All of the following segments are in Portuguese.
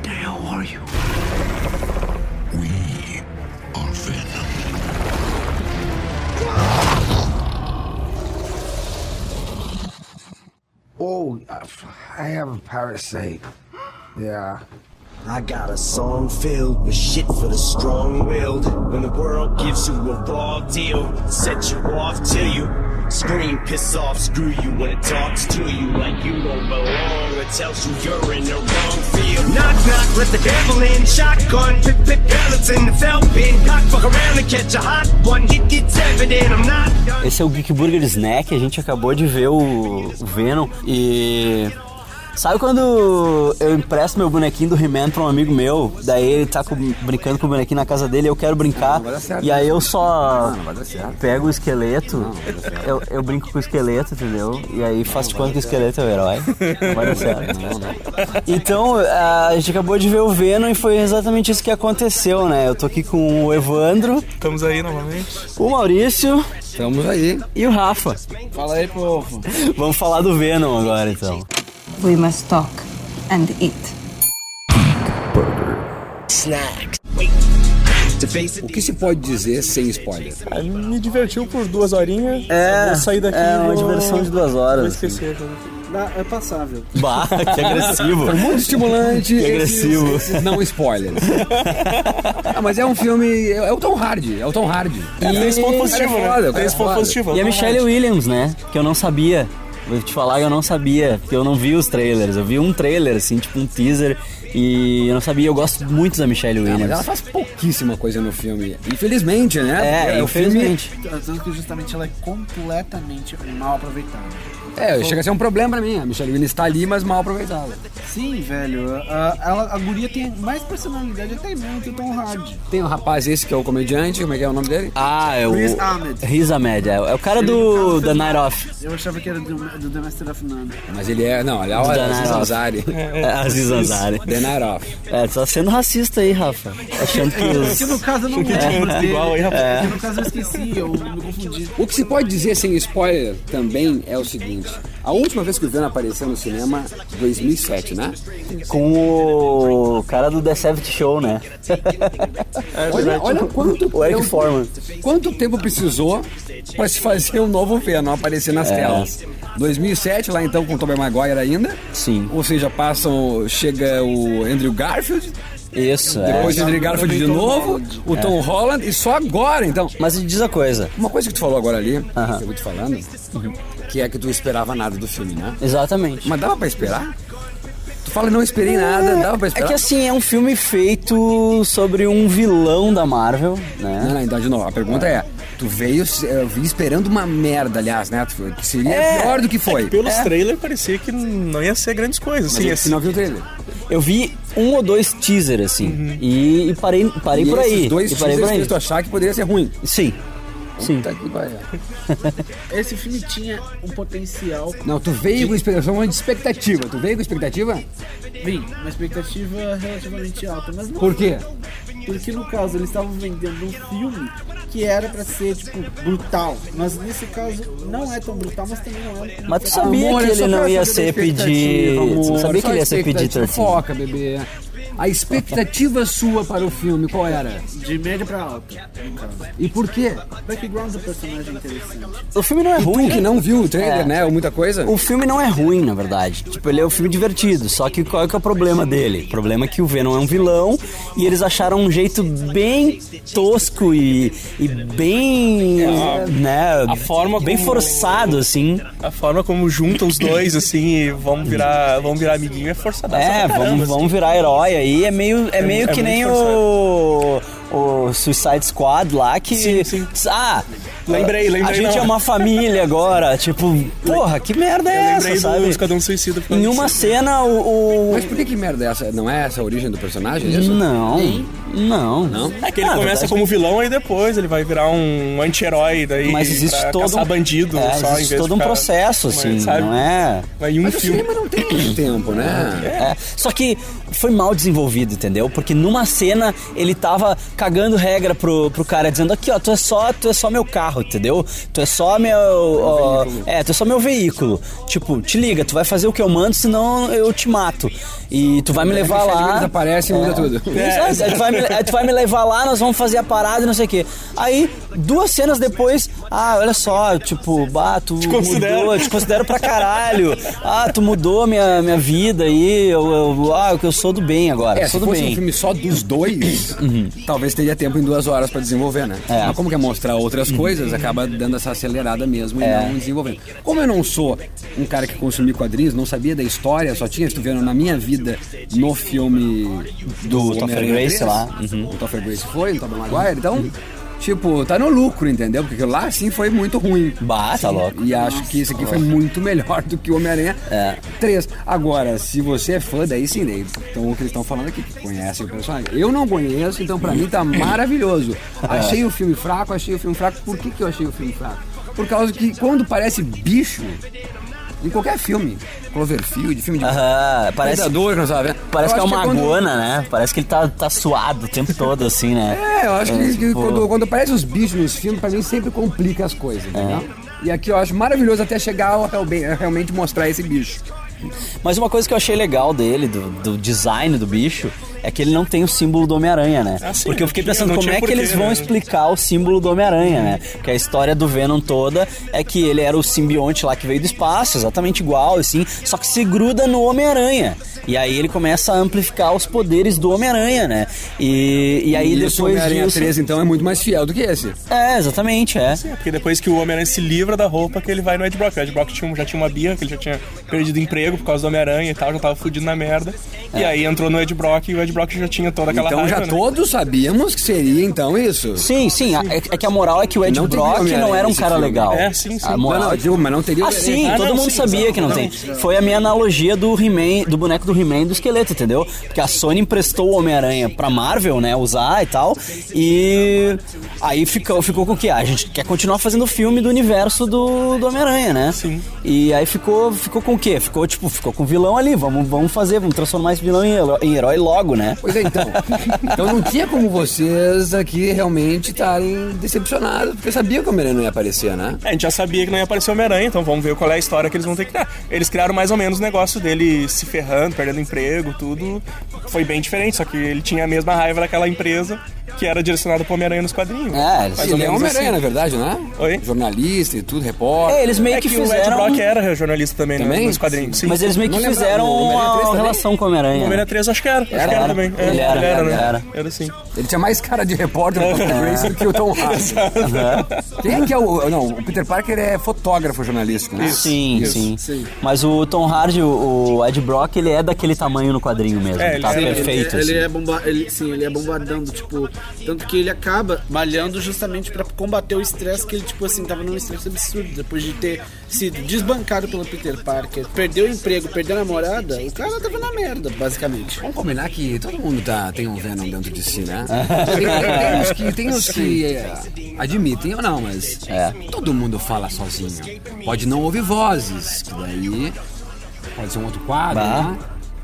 are you? We are Venom. Oh, I have a parasite. Yeah. I got a song filled with shit for the strong willed. When the world gives you a raw deal, set you off till you scream, piss off, screw you when it talks to you like you don't belong or tells you you're in the wrong field. Knock, knock, let the devil in. Shotgun, pip, pip, pellets in the felt bin. Cock, fuck around and catch a hot one. It, it's evident I'm not done. Esse é o Geek Burger Snack, a gente acabou de ver o o Venom e. Sabe quando eu empresto meu bonequinho do He-Man pra um amigo meu, daí ele tá com- brincando com o bonequinho na casa dele, eu quero brincar, Não vai dar certo. né? e aí eu só Não vai dar certo. pego o esqueleto, eu, eu brinco com o esqueleto, entendeu? E aí faço de conta que o esqueleto é o herói. Não vai dar certo. Então, a gente acabou de ver o Venom e foi exatamente isso que aconteceu, né? Eu tô aqui com o Evandro, Estamos aí novamente. o Maurício Estamos aí. e o Rafa. Fala aí, povo. Vamos falar do Venom agora, então. We must talk and eat. To face it, O que se pode dizer sem spoiler? Me divertiu por duas horinhas. Eu vou sair daqui é e uma vou- diversão de duas horas. Vou assim. esquecer. Ah, é passável. Bah, que agressivo. Muito estimulante. Que agressivo. Esses, esses não spoilers. ah, mas é um filme. É, é o Tom Hardy. É o Tom Hardy. É, tem esse ponto positivo, Cara, é foda, né? Tem esse cara, é ponto foda. positivo. E a Michelle Williams, né? Que eu não sabia. Vou te falar que eu não sabia, porque eu não vi os trailers. Eu vi um trailer, assim, tipo um teaser, e eu não sabia. Eu gosto muito da Michelle Ah, mas ela Williams. faz pouquíssima coisa no filme. Infelizmente, né? É, o filme- infelizmente. Tanto que justamente ela é completamente mal aproveitada. É, chega a ser um problema pra mim. A Michelle Williams tá ali, mas mal aproveitada. Sim, velho. A, ela- a guria tem mais personalidade até mesmo que o Tom Hardy. Tem um rapaz esse que é o comediante, como é que é o nome dele? Ah, é o. Riz Ahmed. Riz Ahmed, é, é o cara do da Night Off. Eu achava que era do, do The Master of None. Mas ele é. Não, ele é o Dan Arof. Zanzari. É, Aziz Ansari. Denaroff. É, tu tá sendo racista aí, Rafa. Achando que os. Que no caso eu não lembro dele. igual aí, rapaz. Que no caso eu esqueci, eu me confundi. O que se pode dizer sem spoiler também é o seguinte. A última vez que o Venom apareceu no cinema, 2007, né? Com o cara do The Seventh Show, né? Olha, olha quanto, É O Eric tempo- Forman. quanto tempo precisou pra se fazer um novo Venom aparecer É. nas telas. 2007, lá então com o Tobey Maguire ainda. Sim. Ou seja, passam, chega o Andrew Garfield, Isso, é. depois o Andrew Garfield de novo, o Tom Holland e só agora então. Mas me diz a coisa. Uma coisa que tu falou agora ali, que eu vou te falando, que é que tu esperava nada do filme, né? Exatamente. Mas dava pra esperar? Tu fala, não esperei nada, dava pra É esperar? que assim, é um filme feito sobre um vilão da Marvel, Não, né? não, então de novo, a pergunta é, tu veio, eu vim esperando uma merda, aliás, né? Tu- Que seria É, pior do que foi. Pelos trailers parecia que não ia ser grandes coisas. Sim, Esse assim, não viu o trailer. Eu vi um ou dois teasers, assim, e, e parei, parei Uhum. E por aí. esses dois e parei por teasers aí. que tu achar que poderia ser ruim. Sim. Sim. Puta que pariu. Esse filme tinha um potencial. Não, tu veio com expectativa, uma de expectativa. Tu veio com expectativa? Vim, uma expectativa relativamente alta. Mas não Por quê? Porque no caso eles estavam vendendo um filme que era pra ser, tipo, brutal. Mas nesse caso não é tão brutal, mas também não é. Mas tu sabia Amor, que eu só ele não quero ia saber da ser expectativa, pedir. Tu amor, sabia que só ele ia ser assim. pedir expectativa. 13. Foca, bebê. A expectativa sua para o filme, qual era? De média pra alta, no caso. E por quê? Background do personagem é interessante. O filme não é ruim. Tu que não viu o trailer, É. né? Ou muita coisa? O filme não é ruim, na verdade. Tipo, ele é um filme divertido. Só que qual é, que é o problema dele? O problema é que o Venom é um vilão e eles acharam um jeito bem tosco e, e bem. né? a forma bem como- forçado, assim. a forma como juntam os dois, assim, e vamos virar, vamos virar amiguinho é forçadaço. É, pra caramba, vamos, assim. vamos virar herói aí. É meio, é meio é que muito nem forçado. o, o Suicide Squad lá que. Sim, sim. Ah! Lembrei, A lembrei gente na é hora. uma família agora. Tipo, porra, que merda é Eu essa, lembrei do sabe? Esquadrão Suicida. por causa Em uma disso. cena, o. o- Mas por que que merda é essa? Não é essa a origem do personagem? é Isso? Não, não. Não? É que ele começa como vilão aí depois ele vai virar um anti-herói daí Mas existe pra todo. caçar bandido é, só em existe vez todo de um ficar- processo, Mas, assim, sabe? não é? Mas em um Mas o filme cinema não tem muito tempo, né? É, Só que foi mal desenvolvido, entendeu? Porque numa cena ele tava cagando regra pro, pro cara, dizendo aqui, ó, tu é só, tu é só meu carro, entendeu? Tu é só meu. ó, é, tu é só meu veículo. Tipo, te liga, tu vai fazer o que eu mando, senão eu te mato. E tu É, vai me levar lá. Desaparece e muda tudo. Exato, Aí, é, tu vai me, aí tu vai me levar lá, nós vamos fazer a parada e não sei o quê. Aí, duas cenas depois, ah, olha só, tipo, bah, tu considero. mudou, eu te considero pra caralho. Ah, tu mudou minha, minha vida aí, eu, eu, ah, eu sou do bem agora, É, se sou do fosse bem. Uhum. um filme só dos dois, talvez teria tempo em duas horas pra desenvolver, né? É. Uhum. Mas como quer mostrar outras coisas, acaba dando essa acelerada mesmo É. e não desenvolvendo. Como eu não sou um cara que consumi quadrinhos, não sabia da história, só tinha, estou vendo na minha vida no filme do Topher Homem-Aranha Grace 3, lá. Uhum. O Topher Grace foi, o Tobey Maguire, então... Tipo, tá no lucro, entendeu? Porque aquilo lá, sim, foi muito ruim. Bah, tá assim, louco. É. E acho que isso aqui foi muito melhor do que o Homem-Aranha 3. Agora, se você é fã, daí sim, né? Então o que eles estão falando aqui, que conhecem o personagem. Eu não conheço, então pra mim tá maravilhoso. É. Achei o filme fraco, achei o filme fraco. Por que, que eu achei o filme fraco? Por causa que quando parece bicho, em qualquer filme, Cloverfield, filme de Aham, parece, predador, não sabe? né? parece é Eu acho que é uma quando- agona, né? Parece que ele tá, tá suado o tempo todo, assim, né? É, eu acho que, que tipo, quando, quando aparecem os bichos nos filmes, pra mim sempre complica as É. coisas, entendeu? E aqui eu acho maravilhoso até chegar ao Hellbent- a realmente mostrar esse bicho. Mas uma coisa que eu achei legal dele, do, do design do bicho, é que ele não tem o símbolo do Homem-Aranha, né? Ah, sim, Porque eu fiquei não tinha- pensando não como é tinha que porquê, eles vão né? explicar o símbolo do Homem-Aranha, né? Porque a história do Venom toda é que ele era o simbionte lá que veio do espaço, exatamente igual, assim, só que se gruda no Homem-Aranha. E aí ele começa a amplificar os poderes do Homem-Aranha, né? E, É, e aí E esse depois Homem-Aranha disso... 3, então, é muito mais fiel do que esse. É, exatamente, é. É, porque depois que o Homem-Aranha se livra da roupa, que ele vai no Ed Brock. O Ed Brock tinha, um- já tinha uma birra, que ele já tinha perdido emprego por causa do Homem-Aranha e tal, já tava fudido na merda. É. E aí entrou no Ed Brock e o Ed Brock já tinha toda aquela Então raiva, já né? todos sabíamos que seria, então, isso. Sim, sim, a- é é que a moral é que o Ed Não tem Brock Homem-Aranha não era um nesse cara filme. legal. É, sim, sim. A Não, moral não, eu digo, mas não teria... Ah, sim, Ah, todo não, mundo sim, sabia que não tem. Foi a minha analogia do He-Man, do boneco do He-Man e do esqueleto, entendeu? Porque a Sony emprestou o Homem-Aranha pra Marvel, né, usar e tal. E aí ficou, ficou com o que? Ah, a gente quer continuar fazendo o filme do universo do, do Homem-Aranha, né? Sim. E aí ficou, ficou com o quê? Ficou, tipo, ficou com o vilão ali, vamos, vamos fazer, vamos transformar esse vilão em hero- em herói logo, né? Pois é, então. Então não tinha como vocês aqui realmente estarem decepcionados, porque sabia que o Homem-Aranha não ia aparecer, né? É, a gente já sabia que não ia aparecer o Homem-Aranha, então vamos ver qual é a história que eles vão ter que criar. Eles criaram mais ou menos o negócio dele se ferrando, perdendo emprego, tudo. Foi bem diferente, só que ele tinha a mesma raiva daquela empresa que era direcionada pro Homem-Aranha nos quadrinhos. É, eles- mais ou Ele é menos Homem-Aranha, assim. na verdade, né? Oi? Jornalista e tudo, repórter. É, eles meio É que, que, o Ed fizeram... Brock era jornalista também, né, Também? nos quadrinhos. Sim. Mas eles meio que Não lembrava, fizeram o Homem-Aranha três uma também? relação com o Homem-Aranha. O Homem-Aranha 3 acho que era. Acho que Era. era também. É, Ele era, né? era. Era sim. Ele tinha mais cara de repórter no Topher Grace do que o Tom Hardy. Quem é que é o... Não, o Peter Parker é fotógrafo jornalístico, né? Sim, sim, Mas o Tom Hardy, o o Ed Brock, ele é daquele tamanho no quadrinho mesmo. É, tá ele- perfeito. ele, assim. é bomba, ele, sim, ele é bombardando, tipo, tanto que ele acaba malhando justamente pra combater o estresse que ele, tipo assim, tava num estresse absurdo depois de ter sido desbancado pelo Peter Parker, perdeu o emprego, perdeu a namorada, o cara tava na merda, basicamente. Vamos combinar que todo mundo tá, tem um Venom dentro de si, né? tem, tem os que, tem os que eh, admitem ou não, mas todo mundo fala sozinho. Pode não ouvir vozes, que daí pode ser um outro quadro, Bah. né?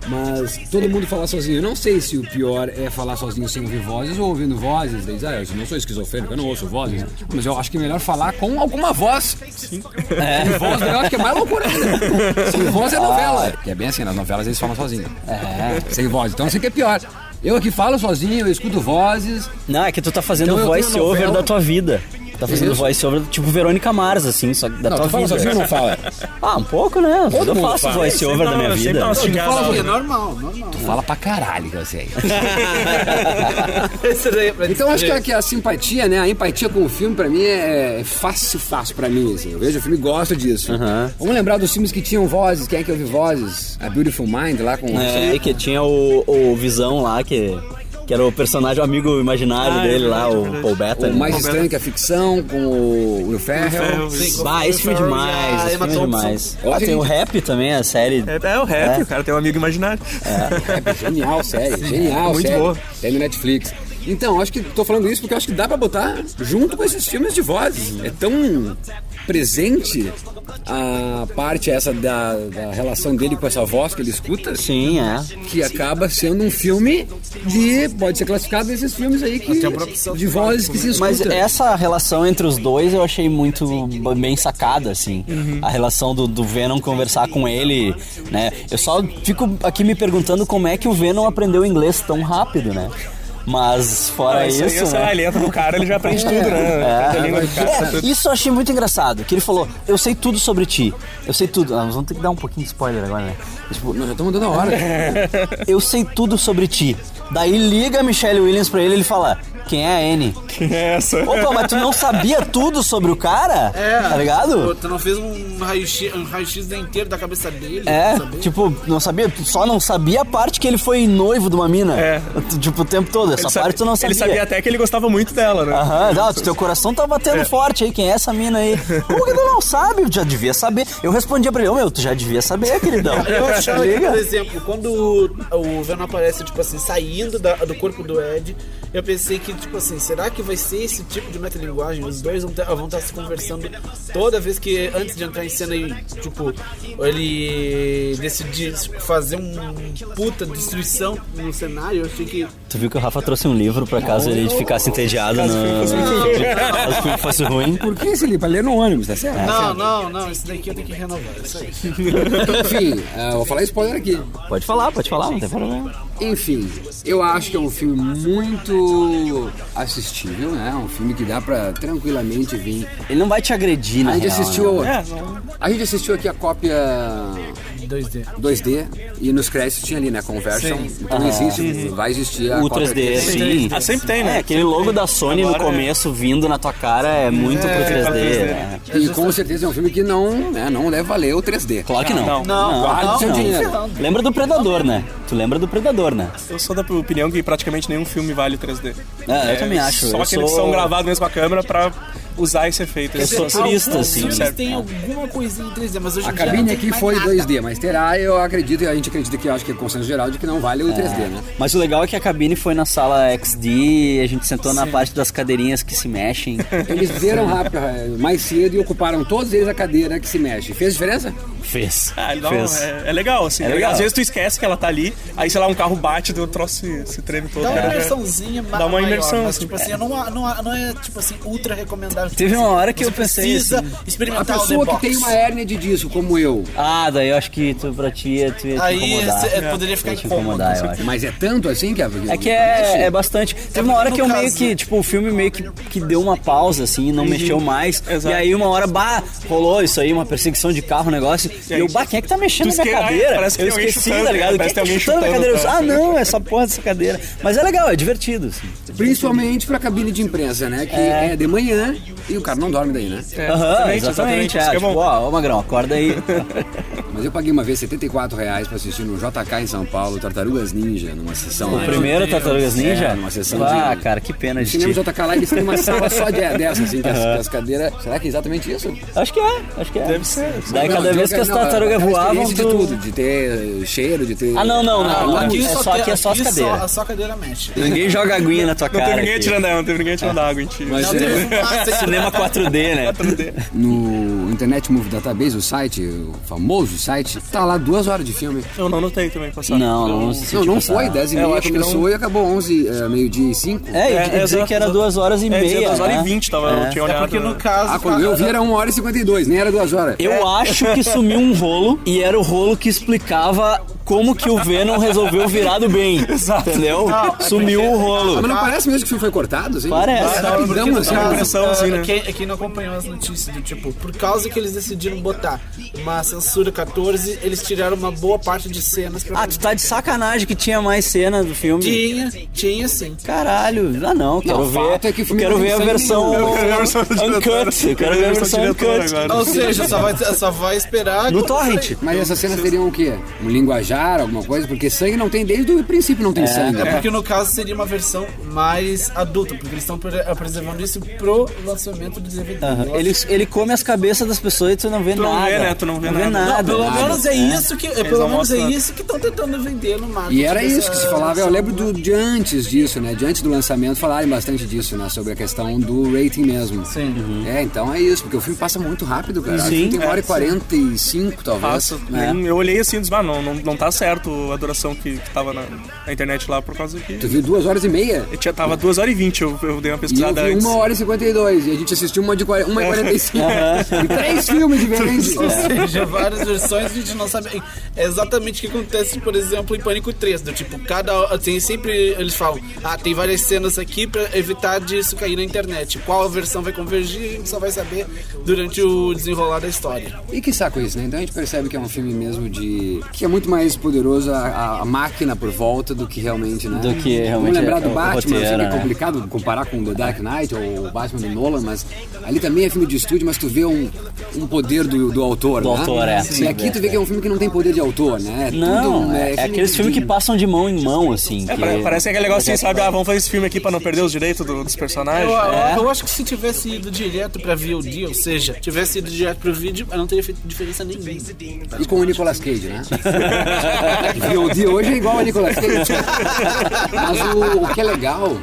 Mas todo mundo fala sozinho. Eu não sei se o pior é falar sozinho sem ouvir vozes ou ouvindo vozes. Daí, diz, ah, eu não sou esquizofrênico, eu não ouço vozes. Mas eu acho que é melhor falar com alguma voz. Sem voz, eu acho que é mais loucura ainda. Sem voz é novela. Que é bem assim, nas novelas eles falam sozinho. Sem voz. Então isso aqui é pior. Eu aqui falo sozinho, eu escuto vozes. Não, é que tu tá fazendo Então eu tenho voice over novela- da tua vida. Tá fazendo Isso. voice over tipo Verônica Mars, assim, só que da Não, tua tu fala vida. sozinho ou não fala? Ah, um pouco, né? Às vezes eu mundo faço fala. voice over da minha vida. assim, sozinho. Normal, normal. Fala pra caralho que eu sei. Esse daí é pra Então acho que dizer. aqui a simpatia, né? A empatia com o filme, pra mim, é fácil, fácil pra mim, assim. Eu vejo o filme e gosto disso. Vamos lembrar dos filmes que tinham vozes. Quem é que ouve vozes? A Beautiful Mind, lá com... É, que tinha o, o Visão lá, que, que era o personagem amigo imaginário dele lá, o Paul Bettany. O mais estranho que a ficção, com o Will Ferrell. Bah, esse filme é demais, esse filme é demais. Eu Ah, acho tem o que- Rap também, a série. É, é o rap, o cara tem um amigo imaginário. Genial, série. Genial, Muito série. boa. Tem no Netflix. Então, acho que tô falando isso porque acho que dá pra botar junto com esses filmes de vozes. É tão presente a parte essa da, da relação dele com essa voz que ele escuta Sim, é. que acaba sendo um filme de. Pode ser classificado nesses filmes aí que. o próprio South De vozes que se escuta. Mas essa relação entre os dois eu achei muito b- bem sacada, assim. Uhum. A relação do, do Venom conversar com ele, né? Eu só fico aqui me perguntando como é que o Venom aprendeu inglês tão rápido, né? Mas fora Ah, isso, isso, aí, é sei lá, né? ele entra no cara, ele já aprende tudo, né? Aprende a língua do cara, É, tudo. isso eu achei muito engraçado, que ele falou, eu sei tudo sobre ti, eu sei tudo. Ah, nós vamos ter que dar um pouquinho de spoiler agora, né? Tipo, Nós já estamos dando a hora. eu sei tudo sobre ti. Daí liga a Michelle Williams pra ele e ele fala, quem é a Anne? É essa. Opa, mas tu não sabia tudo sobre o cara? Tá Pô, ligado? tu não fez um raio-x um raio -x inteiro da cabeça dele? É, sabe? tipo, não sabia, tu só não sabia a parte que ele foi noivo de uma mina. É. Tu- Tipo, o tempo todo, essa Ele sabe- parte tu não sabia. Ah. Ele sabia até que ele gostava muito dela, né? Aham, não, teu coração tá batendo forte aí, quem é essa mina aí? Como que tu não sabe? Já devia saber. Eu respondia pra ele, ô meu, tu já devia saber, queridão. Eu achava que, por Liga. exemplo, quando o o Venom aparece, tipo assim, saindo da- do corpo do Ed, eu pensei que, tipo assim, será que vai ser esse tipo de metalinguagem? Os dois vão estar se conversando toda vez que, antes de entrar em cena, e, tipo, ele decidir fazer um puta destruição no cenário, eu achei que... Tu viu que o Rafa trouxe um livro pra caso ele ficasse entediado no. Caso o filme fosse ruim. Por que esse livro? Pra ler no ônibus, tá certo? Não, não, não, isso daqui eu tenho que renovar, isso aí. Enfim, ah, vou falar spoiler aqui. Pode falar, pode falar, não tem problema. Enfim, eu acho que é um filme muito assistível, né? Um filme que dá pra tranquilamente vir. Ele não vai te agredir, né? A gente assistiu. É, não- A gente assistiu aqui a cópia 2D. 2D e nos créditos tinha ali, né? Conversion. Então existe, vai existir a O cópia 3D, sim. Ah, sempre tem, né? É, aquele logo da Sony Agora no é- começo vindo na tua cara é muito pro 3D. né? E com certeza é um filme que não, né, não deve valer o 3D. Claro que não. Ah, Não, Vale não, seu não. dinheiro. Lembra do Predador, né? Tu lembra do Predador, né? Eu sou da opinião que praticamente nenhum filme vale o 3D. É, eu também acho. Só eu aqueles que sou- são gravados mesmo com a câmera pra usar esse efeito. Eu sou purista, assim. Eles Certo. têm alguma coisinha em 3D, mas hoje A em dia não cabine tem aqui mais foi nada. 2D, mas terá, eu acredito, e a gente acredita que acho que é consenso geral de que não É. vale o 3D, né? Mas o legal é que a cabine foi na sala XD, a gente sentou na parte das cadeirinhas que se mexem. Eles deram rápido, eh, mais cedo e ocuparam todos eles a cadeira que se mexe. Fez diferença? Fez. Ah, não, Fez. é, é legal, assim. É legal. Às vezes tu esquece que ela tá ali, aí sei lá, um carro bate, deu um troço se, se treme todo. Então, né? Dá uma cara. imersãozinha ma- Dá uma maior, imersão, mas, assim. tipo assim, não, não, não é tipo assim, ultra recomendável. Tipo assim, Teve uma hora que Você eu pensei precisa assim, A experimentar o pessoa The que tem Box. uma hérnia de disco, como eu, Ah, daí eu acho que tu, pra ti, tu ia te Aí incomodar. cê- poderia ficar Ia te incômodo. incomodar, eu acho. mas é tanto assim que a. É que Né, é, é bastante. Teve uma hora que eu no meio caso- que, tipo, o filme meio que, que deu uma pausa, assim, não mexeu mais. Exato. E aí uma hora, bah, rolou isso aí, uma perseguição de carro, um negócio. E eu, bah, quem é que tá mexendo Tu na minha esque- cadeira? Ai, parece que eu tem alguém esqueci, chutando, tá ligado? Quem parece que tem tá alguém chutando na cadeira? chutando, Eu, ah, tá? não, é essa porra dessa cadeira. Mas é legal, é divertido, assim. Principalmente pra cabine de imprensa, né? Que é, de manhã e o cara não dorme daí, né? É, Aham, exatamente, exatamente. exatamente. Isso É, que é tipo, bom. ó, ô Magrão, acorda aí. Mas eu paguei uma vez R$ 74 reais pra assistir no JK em São Paulo, Tartarugas Ninja, numa sessão. lá. Primeiro Tartarugas Ninja? É, numa sessão ah, de- cara, que pena No de cinema ti. JK lá, eles têm uma sala só de, dessa, assim, que as, que as cadeiras. Será que é exatamente isso? Acho que é, acho que é. Deve ser. Daí Não, cada eu vez que digo as não, é tartarugas aquela voavam, experiência tu- de tudo, de ter eh, cheiro, de ter. Ah, não, não, não. Não, aqui é só, aqui é só as aqui cadeiras. Só, só a cadeira mexe. Ninguém joga aguinha na tua Não cara. teve ninguém aqui. É. tirando água, não teve ninguém tirando água em ti. Mas, eh, Ah, Cinema 4D, né? no Internet Movie Database, o site, o famoso site, tá lá duas horas de filme. Eu não notei também passado. Não, não, Eu- se Não, te não passar. foi, 10 e É, eu meia acho que começou não- e acabou 11, eh, meio-dia e 5. É, eu queria É, dizer exato, que era exato. duas horas e É, meia. 19 horas né? e 20 tava, eu tinha olhado. Porque no né? caso... Ah, quando eu vi era 1 hora e 52, nem era duas horas. Eu É. acho que sumiu um rolo e era o rolo que explicava como que o Venom resolveu virar do bem. Entendeu? Sumiu o Ah, rolo. mas não parece mesmo que o filme foi cortado? Assim? Parece. É rapidão, assim. tá Dá uma impressão, assim, né? quem, quem é não acompanhou as notícias do tipo, por causa que eles decidiram botar uma censura 14, eles tiraram uma boa parte de cenas pra Ah, tu tá de sacanagem que tinha mais cena do filme. Tinha, tinha sim. Caralho, ah não, quero Não, ver. fato é que o eu filme quero não ver tem a sangue versão nenhum. Eu quero ver a versão do diretor. uncut. Eu quero ver a versão diretor uncut. agora. Ou seja, só vai, só vai esperar... No torrent. Mas essas cenas teriam o quê? Um linguajar, alguma coisa? Porque sangue não tem, desde o princípio não tem sangue. É porque no caso seria uma versão mais adulta, porque eles estão pre- preservando isso pro lançamento do DVD. Aham. Ele, ele come as cabeças das pessoas e tu não vê Tu não nada. vê, né? Tu não vê nada. Não, pelo nada. menos é isso que pelo não menos é mostram. isso que estão tentando vender no marketing. E era dessa- isso que se falava, eu lembro do, de antes disso, né? De antes do lançamento falarem bastante disso, né? Sobre a questão do rating mesmo. Sim. É, então é isso, porque o filme passa muito rápido, cara. Sim, tem uma hora e 45, talvez. Passa, né? nem- Eu olhei assim e disse, ah, não, não, não tá tá certo a duração que, que tava na, na internet lá por causa que. Tu viu duas horas e meia? Eu tinha, tava 2 horas e 20, eu, eu dei uma E eu pesquisada vi antes. uma hora e 52 e a gente assistiu uma de 40, uma e 45. E três filmes diferentes. Ou seja, várias versões a gente não sabe. É exatamente o que acontece, por exemplo, em Pânico 3. Do tipo, cada. Tem sempre. Eles falam, ah, tem várias cenas aqui pra evitar disso cair na internet. Qual a versão vai convergir, a gente só vai saber durante o desenrolar da história. E que saco isso, né? Então a gente percebe que é um filme mesmo de. que é muito mais poderoso a- a, a máquina por volta do que realmente, né? Do que realmente Vamos lembrar é do o Batman, eu sei que roteiro, é né? complicado comparar com The Dark Knight ou o Batman do Nolan, mas ali também é filme de estúdio, mas tu vê um, um poder do, do autor, Do né? autor, é. E aqui tu vê que é um filme que não tem poder de autor, né? É Não, tudo, né, é, é aqueles filmes que de- passam de mão em mão, assim. É, que- pare- parece aquele negócio é assim, sabe? Ah, vamos fazer esse filme aqui pra não perder os direitos do- dos Eu, personagens. É. eu- eu acho que se tivesse ido direto pra VOD, ou seja, tivesse ido direto pro vídeo, eu não teria feito diferença nenhuma. E com o Nicolas Cage, né? o de hoje é igual ao Nicolas Cage. Mas o, o que é legal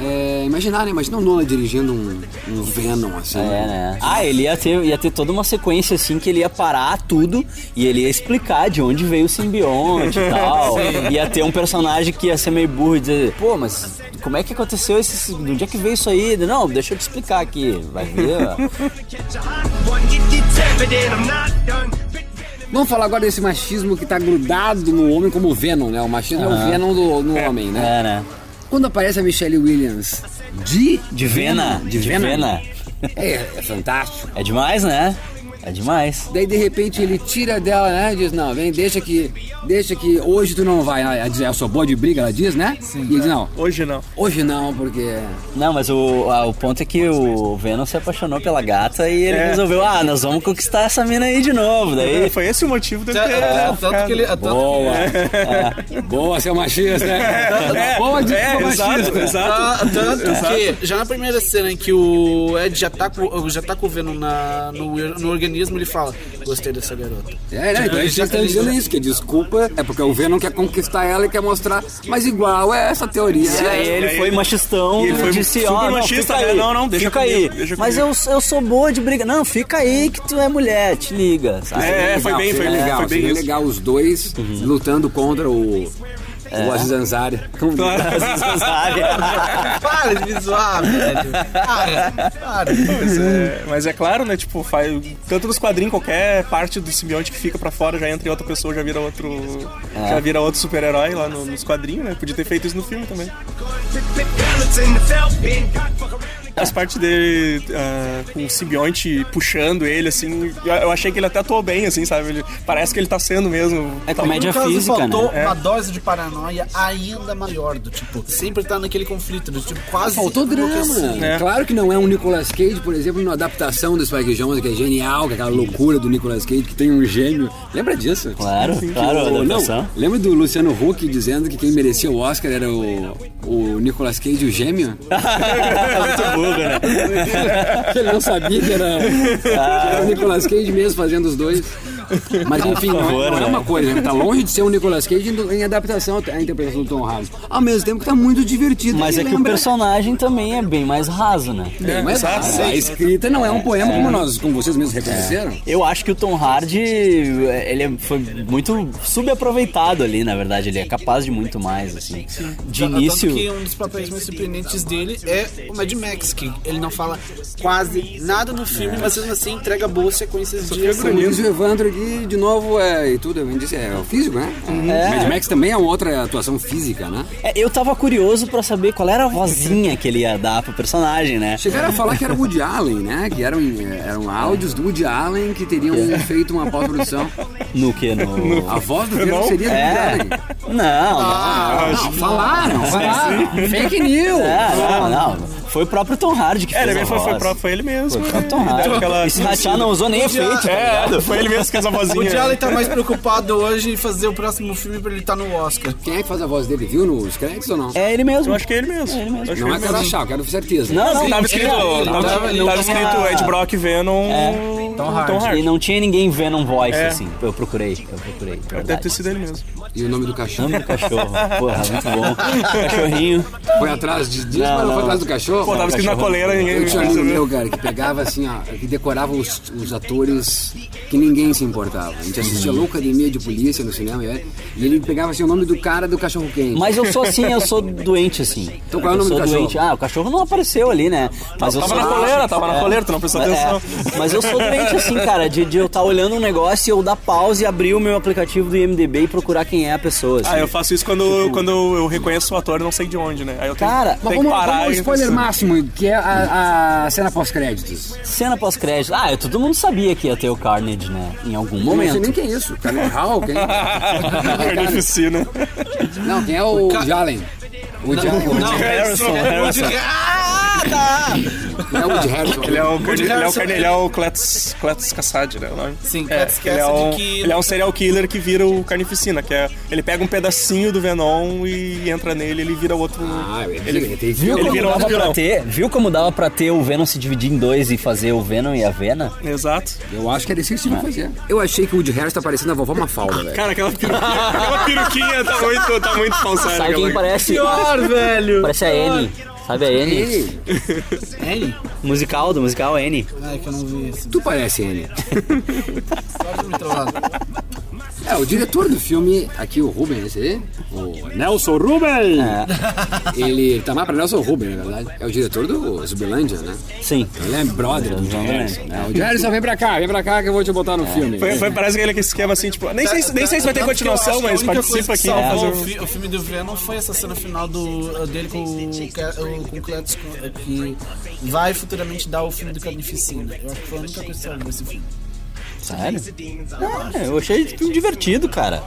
é imaginar, né? Imagina o Nolan dirigindo um, um Venom, assim. É, né? Ah, ele ia ter, ia ter toda uma sequência assim que ele ia parar tudo e ele ia explicar de onde veio o simbionte e tal. ia ter um personagem que ia ser meio burro e dizer, pô, mas como é que aconteceu esse. De onde é que veio isso aí? Ele, Não, deixa eu te explicar aqui. Vai ver. ó." Vamos falar agora desse machismo que tá grudado no homem como o Venom, né? O machismo é o Venom do, no homem, né? é, né? Quando aparece a Michelle Williams de... De Vena. De Vena. É, é fantástico. É demais, né? É demais. Daí de repente ele tira dela, né? Diz, não, vem, deixa que. Deixa que hoje tu não vai. Ela diz, "É, eu sou boa de briga, ela diz, né? Sim. E ele diz, não, Hoje não. hoje não, porque. Não, mas o, ah, o ponto é que o Venom se apaixonou pela gata e ele É. resolveu, ah, nós vamos conquistar essa mina aí de novo. Daí Foi esse o motivo dele Tá- ter. é, tanto que ele. tanto que- Boa! É. Boa, seu é machista, né? Boa dica É, pro exato, machista. exato. Tá- tanto que já na primeira cena em que o Ed já tá com, já tá com o Venom na, no, no organismo, ele fala: Gostei dessa garota. É, né? Então eles já estão dizendo isso, que desculpa, é porque o Venom quer conquistar ela e quer mostrar, mas igual é essa teoria. E aí ele Daí foi ele- machistão e ele foi disse, super ó, não, machista, fica né? aí, Não, não, deixa fica comigo, aí. deixa Mas eu, comigo. eu sou boa de briga. Não, fica aí que tu é mulher, te liga. sabe? É, foi bem, foi Seria bem, legal, é foi bem seria isso. legal os dois lutando contra o. É. O Aziz Ansari. Como- Sabe? Para de me zoar, velho. Para, para. Mas é, mas é claro, né? Tipo, faz, tanto nos quadrinhos, qualquer parte do simbionte que fica pra fora já entra em outra pessoa, já vira outro. É. Já vira outro super-herói lá no- nos quadrinhos, né? Podia ter feito isso no filme também. As partes dele ah, com o simbionte puxando ele, assim, eu, eu achei que ele até atuou bem, assim, sabe? Ele- parece que ele tá sendo mesmo. É comédia No um caso, física, né? faltou uma dose de paranoia ainda maior do tipo, sempre tá naquele conflito do tipo, quase Faltou drama. enlouquecido. né? Claro que não é um Nicolas Cage, por exemplo, na adaptação do Spike Jones, que é genial, que é aquela loucura do Nicolas Cage, que tem um gênio. Lembra disso? Claro, claro, a O- adaptação. não, lembra do Luciano Huck dizendo que quem merecia o Oscar era o, o Nicolas Cage, o gêmeo? é Muito burro, né? Que Ele não sabia que era, Ah. que era o Nicolas Cage mesmo fazendo os dois. Mas enfim, não, é- favor, não é né? uma coisa, né? tá longe de ser um Nicolas Cage em, em adaptação à interpretação do Tom Hanks. Ao mesmo tempo que tá muito divertido. Mas e é que o lembra- personagem também é bem mais raso, né? Bem, mas a escrita não é um poema como nós, como vocês mesmos reconheceram. Eu acho que o Tom Hardy, ele é- foi muito subaproveitado ali, na verdade. Ele é capaz de muito mais, assim. De Tanto início... que um dos papéis mais surpreendentes dele é o Mad Max, que ele não fala quase nada no filme, mas mesmo assim entrega boas sequências de ação. Luiz e o Evandro aqui, de novo, é, e tudo, eu disse, é o físico, né? Uhum. É. Mad Max também é uma outra atuação física, né? É, eu tava curioso pra saber qual era a vozinha que ele ia dar pro personagem, né? Chegaram a falar que era Woody Allen, né? Que eram, eram áudios do Woody Allen que teriam É. feito uma pós-produção. No que? No... A voz do Venom Não? seria do Woody É. Allen. Não, não. Ah. Não, falaram, falaram. Fake news. É, não, não. Foi o próprio Tom Hardy que É, fez ele a foi, foi, voz. próprio, foi ele mesmo. Foi o né? próprio Tom E deu Hardy. aquela- E se rachar não usou nem efeito, tá ligado? É, foi ele mesmo que essa O vozinha. Diallo tá mais preocupado hoje em fazer o próximo filme pra ele estar no Oscar. Quem é que faz a voz dele? Viu nos créditos ou não? É ele mesmo. Eu acho que é ele mesmo. É ele mesmo. Eu acho Não que é ele quero mesmo. achar, eu quero ter certeza. Não, não, é- Tava não, escrito, não, tava, não, não, não, tava escrito Ed Brock, Venom, Tom Hardy. E não tinha ninguém vendo um voice, É. assim. Eu procurei, eu procurei. é Deve Verdade. ter sido ele mesmo. E o nome do cachorro? Nome do cachorro. Porra, muito bom. Cachorrinho. Foi atrás de- disso, Não, mas não foi não. atrás do cachorro? cachorro. Pô, tava escrito na coleira, ninguém Eu tinha um amigo né? percebeu. meu, cara, que pegava assim, ó, que decorava os, os atores que ninguém se importava. A gente assistia Loucademia de Polícia no cinema, e era- e ele pegava assim o nome do cara do cachorro quente. Mas eu sou assim, eu sou doente assim. Então qual é o Eu nome sou do cachorro? doente. Ah, o cachorro não apareceu ali, né? Mas eu Tava sou na doente. coleira, tava na coleira, tu não prestou Mas- atenção. Mas eu sou doente assim, cara, de, de eu estar olhando um negócio e eu dar pausa e abrir o meu aplicativo do IMDB e procurar quem é a pessoa. assim. Ah, eu faço isso quando, quando eu reconheço o ator e não sei de onde, né? Aí eu tenho, Cara, tenho Mas que vamos, parar vamos ao e- spoiler máximo, que é a, a cena pós-créditos. Cena pós-crédito. Ah, eu- todo mundo sabia que ia ter o Carnage, né? Em algum Eu não sei nem momento. quem é isso. Cara, Hal, quem é? Carnificina. Não, quem é o ca- Jalen? O Jalen. Harrison, Harrison. Não é o Woody Harrison. Ele é o, carne- ele é o, Harrison, carne- ele é o Cletus, Cletus Kassad, né? o nome? Sim, é, Cletus ele, é Kassad um, que- ele é um serial killer que vira o Carnificina, que é. Ele pega um pedacinho do Venom e entra nele, ele vira outro. Ah, ele, ele, ele tem viu? ele Como vira um dava pra vilão. ter, viu como dava pra ter o Venom se dividir em dois e fazer o Venom e a Vena? Exato. Eu acho que era isso que eles tinham que fazer. Ah. Eu achei que o Woody Harrison tá parecendo a vovó Mafalda, velho. Cara, aquela peruquinha, aquela peruquinha tá muito, tá muito falsária. Sabe aquela- quem parece? velho! Parece a N. Sabe a N? Ele, N? Musical do musical N. Ai, que eu não vi esse. tu parece ele. Muito lado. É, o diretor do filme, aqui o Ruben, esse aí, o Nelson Ruben! É, Ele tá mais pra Nelson Ruben, na verdade. É o diretor do Zumbilândia, né? Sim. Ele é brother do Woody Harrison. né? O Woody Harrison, vem pra cá, vem pra cá que eu vou te botar no filme. É. Foi, foi- parece que ele que esquema assim, tipo, nem sei, se- nem sei se vai ter Tanto que eu acho continuação, que a mas única participa coisa aqui. que salvou fazer o, um- fi- o filme do Venom foi essa cena final do, dele com o, Ca- o- com o Cletus, com- é, que vai futuramente dar o filme do Carnificina. Eu acho que foi a única coisa que salvou esse filme. Sério? É, eu achei filme divertido, cara.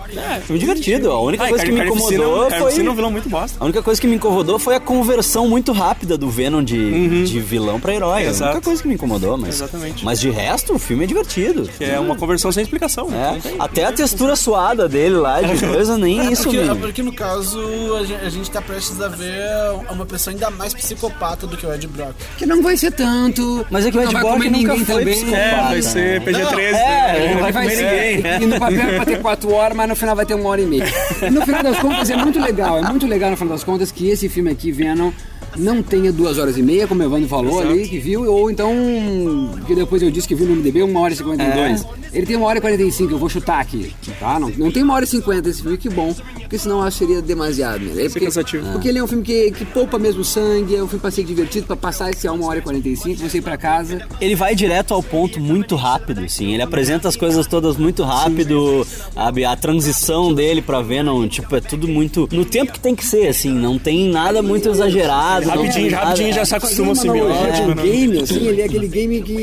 Filme divertido. A única É, Ai, coisa que me Carnificina- incomodou Carnificina é um foi. vilão muito bosta. A única coisa que me incomodou foi a conversão muito rápida do Venom de, de vilão pra herói. É a Uhum. Exato. única coisa que me incomodou, mas. Exatamente. Mas de resto, o filme é divertido. Que é uma conversão sem explicação. É, até a textura suada dele lá de coisa, nem isso Porque, mesmo. porque no caso, a gen- a gente tá prestes a ver uma pessoa ainda mais psicopata do que o Ed Brock. Que não vai ser tanto. Mas é que o não Ed vai Brock comer nunca ninguém foi também. psicopata. É, vai né? ser É, PG-13. né? não Vai, vai ser. ninguém. né? E no papel era pra ter quatro horas, mas no final vai ter uma hora e meia. No final das contas é muito legal, é muito legal no final das contas que esse filme aqui, Venom, não tenha duas horas e meia, como o Evandro falou ali, que viu, ou então, que depois eu disse que viu no MDB, uma hora e cinquenta É. e dois. Ele tem uma hora e quarenta e cinco, eu vou chutar aqui, tá? Não, não tem uma hora e cinquenta esse filme, que bom, porque senão eu acho que seria demasiado, né? É porque, cansativo. porque ele é um filme que, que poupa mesmo sangue, é um filme pra ser divertido, pra passar esse a uma hora e quarenta e cinco, você ir pra casa, Ele vai direto ao ponto muito rápido, assim. Ele apresenta as coisas todas muito rápido, sabe? A transição dele pra Venom, tipo, é tudo muito. No tempo que tem que ser, assim. Não tem nada muito exagerado. não é, tem Rapidinho, nada- rapidinho já se acostuma ao Fazer uma analogia simbiótico. de um né? game, assim, ele é aquele game que,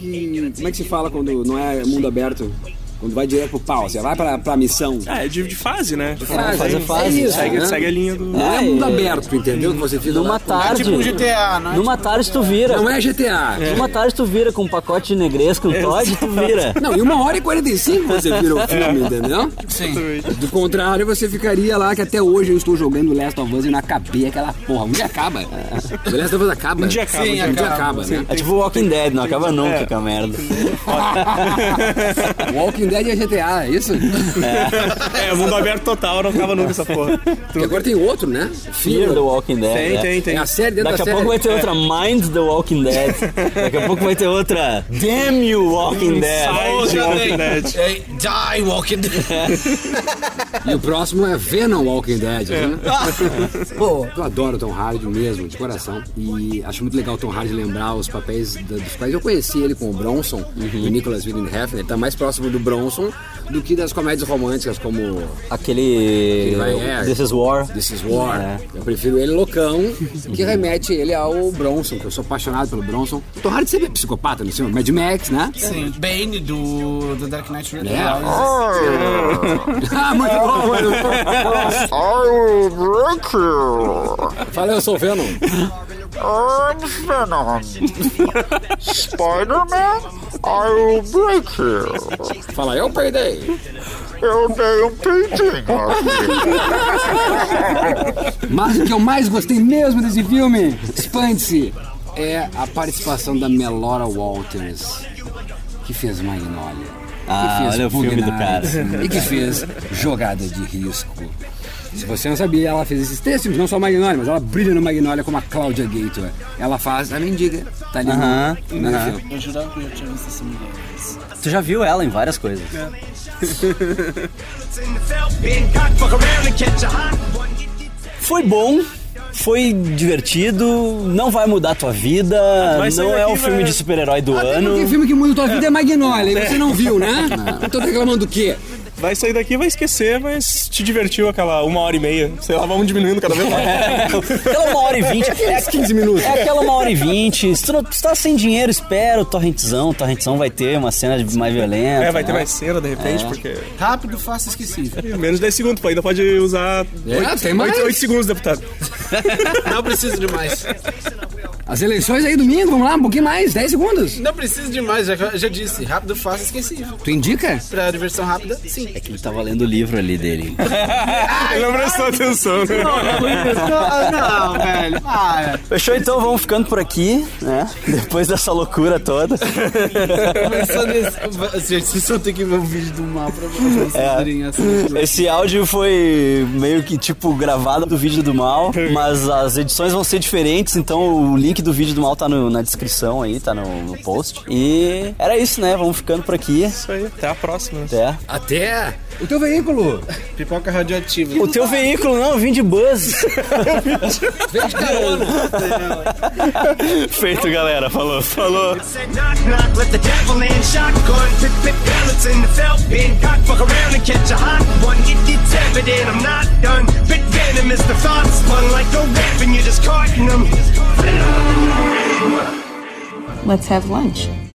que- Como é que se fala quando não é mundo aberto? Quando vai direto pro pau, você vai pra, pra missão. Ah, é de, de fase, né? De Ah, fazer gente, fase, é isso, Segue, né? segue a linha do. Não é É, mundo é. aberto, entendeu? Que você fica Numa lá com- tarde. Tipo um GTA, né? Numa tarde tu vira. Não é GTA. Numa tarde tu vira com um pacote de negresco, um Todd, tu vira. Não, e uma hora e 45 você vira o filme, entendeu? Sim. Do contrário, você ficaria lá, que até hoje eu estou jogando Last of Us e não acabei aquela porra. Um dia acaba. The Last of Us acaba. Um dia acaba, Sim, gente. um dia acaba, né? É tipo Walking Dead, não acaba nunca com a merda. Walking Dead é GTA, é isso? É, mundo aberto total, não acaba nunca essa porra. Porque agora tem outro, né? Fear the Walking Dead. Tem, é. tem, Tem tem. a série dentro Daqui da a série. pouco vai ter outra Mind the Walking Dead. Daqui a pouco vai ter outra Damn You Walking Dead. Inside Walking Dead. Ei, Die Walking Dead. E o próximo é Venom Walking Dead, É. né? Pô, eu adoro o Tom Hardy mesmo, de coração. E acho muito legal o Tom Hardy lembrar os papéis da- dos quais eu conheci ele com o Bronson Uhum. e o Nicholas Winding Refn. Ele tá mais próximo do Bronson do que das comédias românticas como Aquele. vai- é. This is War. É. This Is War. Eu prefiro ele loucão, que remete ele ao Bronson, que eu sou apaixonado pelo Bronson. O Tom Hardy sempre é psicopata no filme, Mad Max, né? Sim. Bane do, do Dark Knight Rises. É. ah, muito bom, mano. I will break you. Fala, eu sou o Venom. I'm Venom. Spider-Man, I will break you. Fala, eu peidei. Eu dei um peidinho. Mas o que eu mais gostei mesmo desse filme, expande-se, é a participação da Melora Walters, que fez Magnolia. Ah, que fez olha o filme do Bugnares, cara. E que fez Jogada de Risco. Se você não sabia, ela fez esses três filmes, não só Magnolia, mas ela brilha no Magnolia como a Claudia Gator. Ela faz a mendiga, tá ali Aham, no, no aham. filme. Eu jurava que eu já tinha visto essa mulher. Tu já viu ela em várias coisas. Foi bom, foi divertido, não vai mudar tua vida, vai sair não é daqui, o filme vai- de super-herói do Até ano. porque filme que muda tua vida é Magnolia, e você não viu, né? Então tá reclamando do quê? Vai sair daqui, vai esquecer, mas te divertiu aquela uma hora e meia. Sei lá, vamos diminuindo cada vez mais. Aquela uma hora e vinte. É, Aqueles 15 minutos. é aquela uma hora e vinte. Se tu, não, se tá sem dinheiro, espera o torrentzão. O torrentzão vai ter uma cena de- mais violenta. É, vai ter né? mais cena de repente, porque. Rápido, fácil, esquecível. É, Menos 10 segundos, pô, ainda pode usar É, tem mais. 8 segundos, deputado. Não preciso de mais. As eleições aí domingo, vamos lá, um pouquinho mais, 10 segundos. Não preciso de mais, já, já disse. Rápido, fácil, esquecível. Tu indica? Pra diversão rápida, sim. Ele tava lendo o livro ali dele. Ele não prestou atenção. né? ah, não, velho. Para. Fechou então, vamos ficando por aqui, né? Depois dessa loucura toda. Pensando nesse. Gente, vocês vão ter que ver um vídeo do mapa pra vocês verem essa. É. Esse áudio foi meio que tipo gravado do vídeo do mal, mas as edições vão ser diferentes, então o link do vídeo do mal tá no- na descrição aí, tá no, no post. E era isso, né? Vamos ficando por aqui. Isso aí, até a próxima. Até. Até o teu veículo. Pipoca radioativa. O teu veículo, não, eu vim de buzz. Feito, galera. Falou, falou. Said knock knock, let the devil in. Shotgun, pick pick pellets in the felt bin. Cock fuck around and catch a hot one. It, it's evident I'm not done. Bit venomous, the thoughts spun like a rabbit. You're just carting them. Let's have lunch.